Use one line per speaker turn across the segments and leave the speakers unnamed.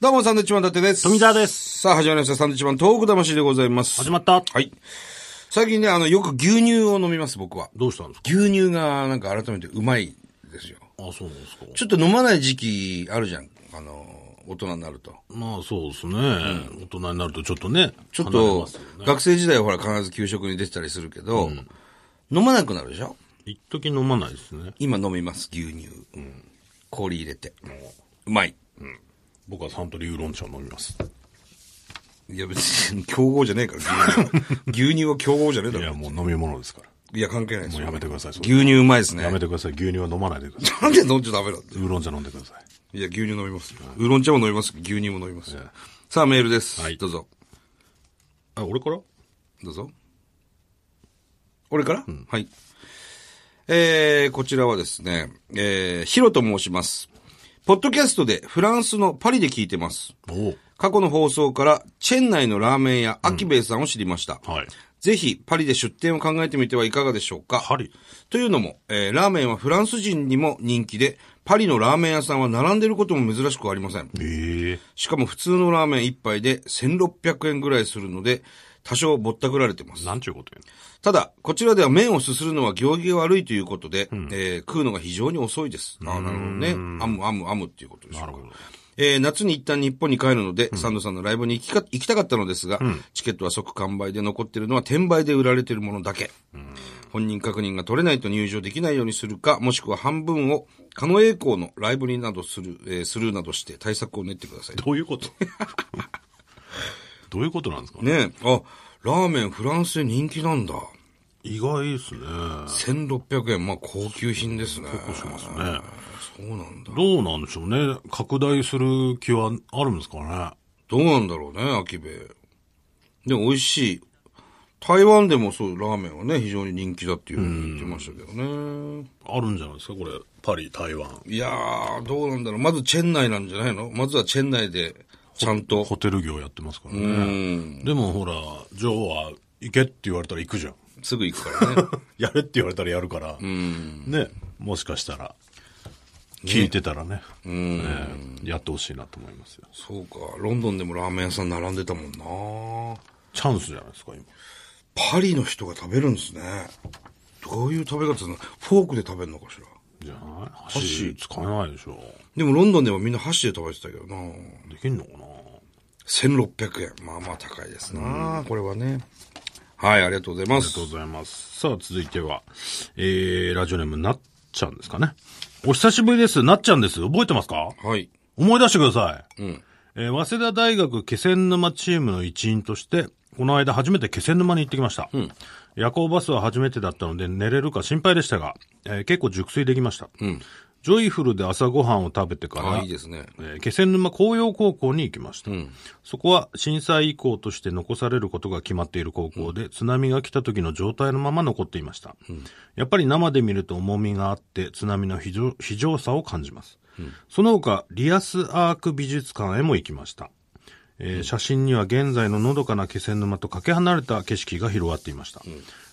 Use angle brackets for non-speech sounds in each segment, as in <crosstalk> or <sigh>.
どうも、サンドウィッチマン伊達です。
富澤です。
さあ、始まりました。サンドウィッチマントーク魂でございます。
始まった。
はい。最近ね、あの、よく牛乳を飲みます、僕は。
どうしたんですか
牛乳が、なんか改めてうまいですよ。
あ、そうなんですか。
ちょっと飲まない時期あるじゃん。あの、大人になると。
まあそうですね、大人になるとちょっとね。
ちょっ
離れま
と
すよ、ね
学生時代はほら、必ず給食に出てたりするけど、飲まなくなるでしょ
一時飲まないですね。
今飲みます、牛乳。氷入れて。うまい。
僕はサントリーウーロン茶を飲みます。
いや、別に、競合じゃねえから、牛乳は。牛乳は競合じゃねえだ
いや、
ろ。
もう飲み物ですから。
いや、関係ないです
もう
よ
やめてください。それ
牛乳うまいですね。
やめてください。牛乳は飲まないでくださ
なんで飲んじゃダメなんだ
い。ウーロン茶飲んでください。
いや、牛乳飲みます。ウーロン茶も飲みます。牛乳も飲みます。さあ、メールです。
はい
どうぞ。
あ、俺から
どうぞ。俺から、はい。えー、こちらはですね、えー、ヒロと申します。ポッドキャストでフランスのパリで聞いてます。
おう
過去の放送から、チェン内のラーメン屋、アキベイさんを知りました。
はい。
ぜひ、パリで出店を考えてみてはいかがでしょうか。
パリ
というのも、えーラーメンはフランス人にも人気で、パリのラーメン屋さんは並んでることも珍しくありません。
ええ
しかも普通のラーメン1杯で1600円ぐらいするので、多少ぼったくられてます。
なんちゅうこと言う
ただ、こちらでは麺をすするのは行儀が悪いということで、えー食うのが非常に遅いです。ああ、なるほどね。アムアムアムっていうことでしょう
の
か
なる。ほど。
えー夏に一旦日本に帰るので、サンドさんのライブに行きか行きたかったのですが、チケットは即完売で残ってるのは転売で売られてるものだけ。本人確認が取れないと入場できないようにするか、もしくは半分を、狩野英孝のライブになどする、えースルーなどして対策を練ってください。
どういうことどういうことなんですかね。
ねえ、あ、ラーメンフランスで人気なんだ。
意外ですね。
1600円、まあ高級品ですね。
しますね。
そうなんだ。
どうなんでしょうね。拡大する気はあるんですかね。
どうなんだろうね、秋兵衛。でも美味しい。台湾でもそう、ラーメンはね、非常に人気だっていうふうに言ってましたけどね。
あるんじゃないですかこれ、パリ、台湾。
いやー、どうなんだろう。まずチェン内なんじゃないのまずはチェン内で、ちゃんと。
ホテル業やってますから
う
ね。
ん。
でもほら、女王は行けって言われたら行くじゃん。 <laughs>
すぐ行くからね。
やれって言われたらやるから。ね。もしかしたら、聞いてたらね。ええやってほしいなと思いますよ。
そうか。ロンドンでもラーメン屋さん並んでたもんな
チャンスじゃないですか、今。
パリの人が食べるんですね。どういう食べ方するのフォークで食べるのかしら。
じゃない箸使えないでしょ。
でもロンドンではみんな箸で食べてたけどな
できんのかな
1600円。まあまあ高いですな、これはね。はい、ありがとうございま
ありが
す
とう。ございます。さあ、続いては、えー、ラジオネーム、なっちゃんですかね。お久しぶりです。なっちゃんです。覚えてますか
はい。
思い出してください。えー早稲田大学気仙沼チームの一員として、この間初めて気仙沼に行ってきました。夜行バスは初めてだったので寝れるか心配でしたが、えー結構熟睡できました。ジョイフルで朝ごはんを食べてから、
あいいですね。
えー気仙沼紅葉高校に行きました、そこは震災以降として残されることが決まっている高校で、津波が来た時の状態のまま残っていました、やっぱり生で見ると重みがあって津波の非常非常さを感じます、その他リアスアーク美術館へも行きましたえー写真には現在ののどかな気仙沼とかけ離れた景色が広がっていました。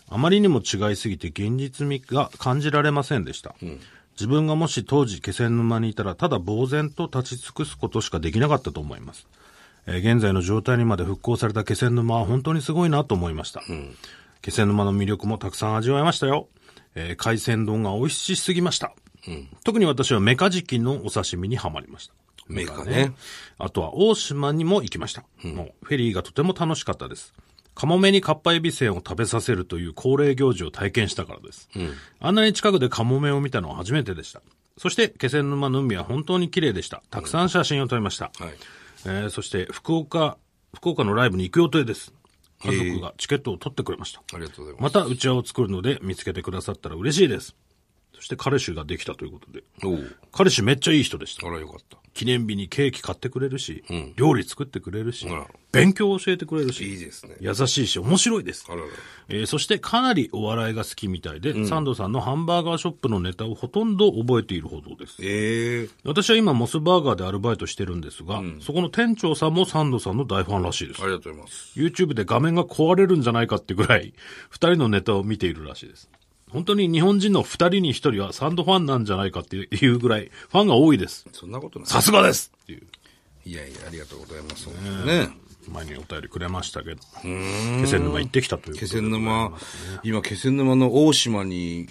あまりにも違いすぎて現実味が感じられませんでした。自分がもし当時気仙沼にいたらただ呆然と立ち尽くすことしかできなかったと思います。えー現在の状態にまで復興された気仙沼は本当にすごいなと思いました。気仙沼の魅力もたくさん味わいましたよ。えー海鮮丼が美味しすぎました。特に私はメカジキのお刺身にはまりました。
メカね。
あとは大島にも行きました。もうフェリーがとても楽しかったです。カモメにカッパエビせんを食べさせるという恒例行事を体験したからです。あんなに近くでカモメを見たのは初めてでした。そして気仙沼の海は本当に綺麗でした。たくさん写真を撮りました。
はい。
えーそして福岡、福岡のライブに行く予定です。家族がチケットを取ってくれました。
ありがとうございま
またうちわを作るので見つけてくださったら嬉しいです。そして彼氏ができたということで。
す。おう
彼氏めっちゃいい人でした。
あら、よかった。
記念日にケーキ買ってくれるし、料理作ってくれるし
あら、
勉強教えてくれる
いい
し、
ですね。
優しいし面白いです
あ。らら。
えーそしてかなりお笑いが好きみたいで、サンドさんのハンバーガーショップのネタをほとんど覚えているほどです。
ええ
私は今モスバーガーでアルバイトしてるんですが、そこの店長さんもサンドさんの大ファンらしいです
あ。りがとうございます。
YouTube で画面が壊れるんじゃないかってぐらい、二人のネタを見ているらしいです。本当に日本人の二人に一人はサンドファンなんじゃないかっていうぐらい、ファンが多いです。
そんなことない。
さすがですっていう。
いやいや、ありがとうございます。ね。
前にお便りくれましたけど。気仙沼行ってきたということ
気
で
仙沼、今気仙沼の大島に、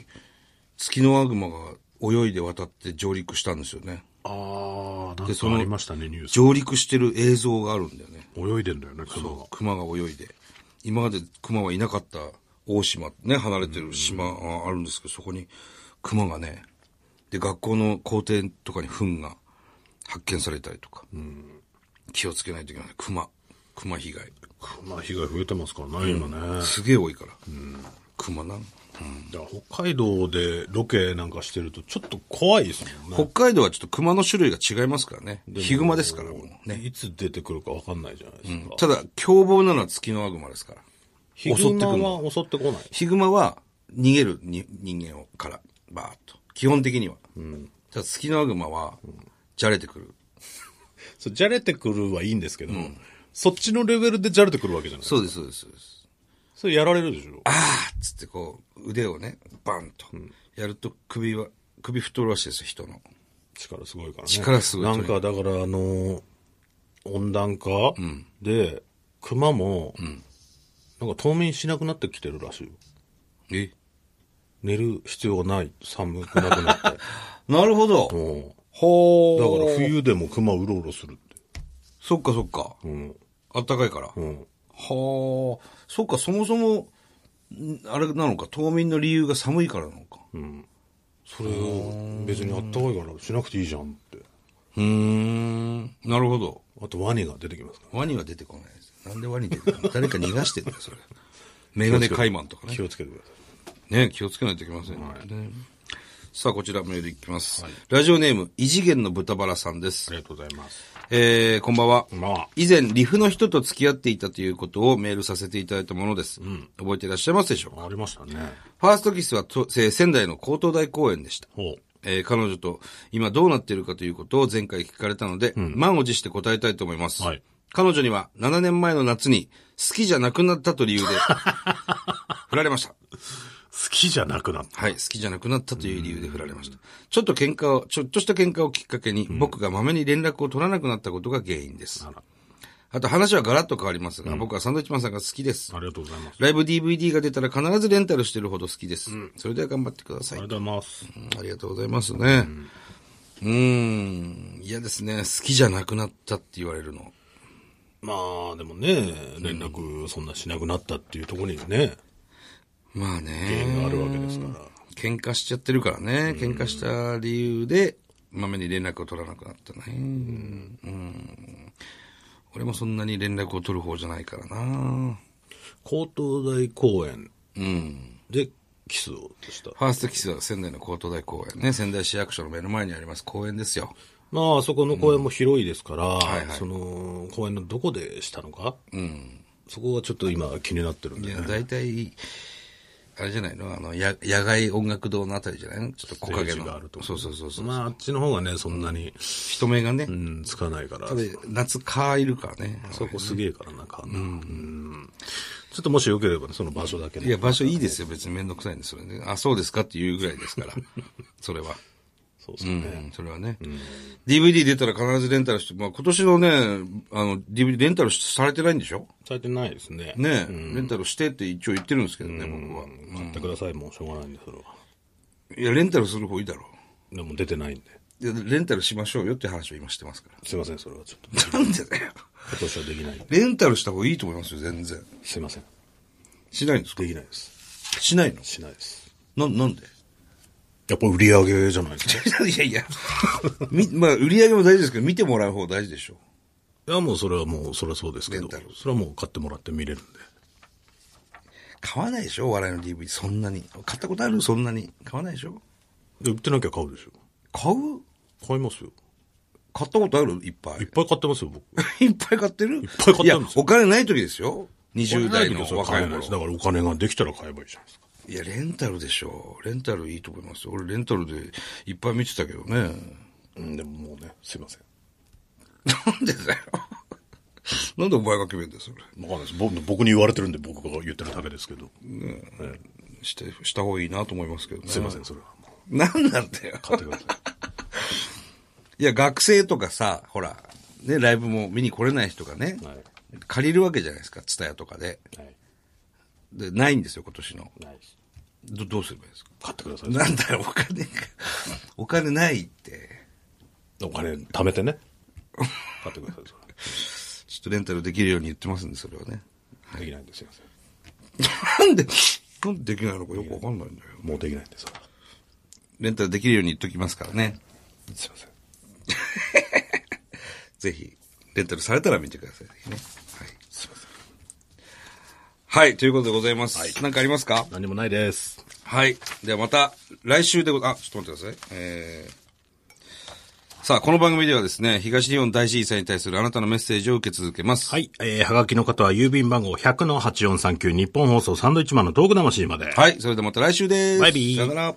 ツキノワグマが泳いで渡って上陸したんですよね。
ああ、なん
でそ
か
の
ありましたね、ニュース。
上陸してる映像があるんだよね。
泳いでんだよね、熊が。
クマが泳いで。今までクマはいなかった大島、ね、離れてる島があるんですけど、そこにクマがね、で、学校の校庭とかに糞が発見されたりとか、気をつけないといけない。クマ、クマ被害。
熊被害増えてますからね、今ね。だか
すげえ多いから。クマな。
ら北海道でロケなんかしてると、ちょっと怖いですもんね。
北海道はちょっとクマの種類が違いますからね。ヒグマですから、もうね。
いつ出てくるかわかんないじゃないですか。
ただ、凶暴なのはツキノワグマですから。
ヒグマは襲ってこない。
ヒグマは逃げるに人間をから、バーッと。基本的には。ただ、ツキノワグマは、じゃれてくる。
そう、じゃれてくるはいいんですけど、そっちのレベルでじゃれてくるわけじゃない
そうです、そうです、そうです。
それやられるでしょ
あーっつってこう、腕をね、バンと。やると首は、首太るらしいですよ、人の。
力すごいからね。
力すごい
なんか、だから、あのー温暖化で、熊も、なんか冬眠しなくなってきてるらしいよ。
え
寝る必要がない、寒くな
<laughs>
くなって。
なるほど。
うん
ほ
だから
ー。ら、
冬でも熊うろうろするって。
そっかそっか。
うん。
あったかいから。
うん。
はあ、そっか、そもそも、んあれなのか、冬眠の理由が寒いからなのか。
それを別にあったかいからしなくていいじゃんって。
うーん、なるほど。
あとワニが出てきますか。
ワニは出てこないです。なんでワニ出てこない誰か逃がしてんだよ、それ。メガネカイマンとからね
気。をつけてください。
ね、気をつけないといけませんね、ねさあ、こちらメールいきます。ラジオネーム、異次元の豚バラさんです
あ。りがとうございます。
えー、こんばんは。
まあ、
以前、リフの人と付き合っていたということをメールさせていただいたものです。覚えていらっしゃいますでしょうか
ありましたね。
ファーストキスはと、えー仙台の高等大公園でした。
ほう。
えー彼女と今どうなっているかということを前回聞かれたので、満を持して答えたいと思います。
はい
彼女には7年前の夏に好きじゃなくなったと理
<laughs>
由で、振られました。
好きじゃなくなった。
はい、好きじゃなくなったという理由で振られました。ちょっと喧嘩を、ちょっとした喧嘩をきっかけに、僕がまめに連絡を取らなくなったことが原因です
あら。
あと話はガラッと変わりますが、僕はサンドウィッチマンさんが好きです。
ありがとうございます。
ライブ DVD が出たら必ずレンタルしてるほど好きです。それでは頑張ってください
あり。がとうございます。
ありがとうございますね。うーん。嫌ですね。好きじゃなくなったって言われるの。
まあ、でもね、連絡そんなしなくなったっていうところにね、
まあ
原因
ね。
があるわけですから。
喧嘩しちゃってるからね。喧嘩した理由で、まめに連絡を取らなくなったね。うん。俺もそんなに連絡を取る方じゃないからな。
高等大公園
うん。
でキスをした。
ファーストキスは仙台の高等大公園ね。仙台市役所の目の前にあります公園ですよ。
まあ、あそこの公園も広いですから、
いはい
その公園のどこでしたのか、
うん。
そこはちょっと今気になってるん
い
で、
や、
ね。
大体、あれじゃないのあの、や野外音楽堂のあたりじゃないのちょっと木陰
ステージ
の。
があると
そうそうそうそう。
まあ、あっちの方がね、そんなに、
人目がね、
うん、つかないから、
で夏蚊いるからね。
そこすげえからな、かな、うんちょっともしよければね、その場所だけね。
いや、場所いいですよ。別にめんどくさいんですよね。あ、そうですかっていうぐらいですから。 <laughs> それは。
そうですね。
うん、それはね。DVD 出たら必ずレンタルして、まあ今年のね、あの、DVD レンタルされてないんでしょ
されてないですね。
ねえ、レンタルしてって一応言ってるんですけどね、僕は。
買ってください、もうしょうがないんで、それは。
いや、レンタルする方いいだろ
でも出てないんで。
う。いや、レンタルしましょうよって話を今してますか
すいません、それはちょっと。
ら。なんでだよ。
今年はできないんで。
レンタルした方がいいと思いますよ、全然。
すいません。
しないんですか
できないです。
しないの
しないです。
な、なんで
やっぱ売り上げじゃないですか。
<laughs> いやいや、みまあ、売り上げも大事ですけど、見てもらう方大事でしょ。
いや、もうそれはもう、それはそうですけ
レ
ど
ンタル。
それはもう買ってもらって見れるんで。
買わないでしょお笑いの DVD、そんなに。買ったことあるそんなに。買わないでしょ
で、売ってなきゃ買うでしょ。
買う
買いますよ。
買ったことあるいっぱい。
いっぱい買ってますよ、僕。
<laughs> いっぱい買ってるいっ
ぱい買ってるんですよ
お金ない時ですよ。20代の
お金ない時はそれは
若
買え
い
ないです。
頃。
だからお金ができたら買えばいいじゃないですか。
いや、レンタルでしょ。レンタルいいと思いますよ。俺、レンタルでいっぱい見てたけどね。 <laughs> なん
うん、でももうね、すいません。
でだよ。なんでお前が決めんだよ、それ。
わかんないです。ぼ僕に言われてるんで、僕が言ってるだけですけど。ええ
して、した方がいいなと思いますけどね。
すいません、。それは。もう
なんなんだよ。
買ってください。
いや、学生とかさ、ほら、ね、ライブも見に来れない人がね、借りるわけじゃないですか、ツタヤとかで。
<laughs> はい。
で、ないんですよ、今年の。
ないです。
ど、どうすればいいですか
買ってください。
なんだろう、お金が、お金ないって。
お金貯めて <laughs> ね。買ってください。
ちょっとレンタルできるように言ってますんで、それはね。
それできないんですよ。すいま
なんで、なんでできないのかよくわかんないんだよ。
せんもうできないんです。それは
レンタルできるように言っときますからね。
すいません。
ぜひ、レンタルされたら見てください。ぜひね。はい。
すいません。
はい、ということでございます。なんかありますか
何もないです。
はい。ではまた、来週でご、あ、ちょっと待ってください。えー、さあ、この番組ではですね、東日本大震災に対するあなたのメッセージを受け続けます。。
はいい。えー、はがきの方は郵便番号100-8439日本放送サンドイッチマンのトーク魂まで。
はい、それではまた来週です。
バイビー
さよなら。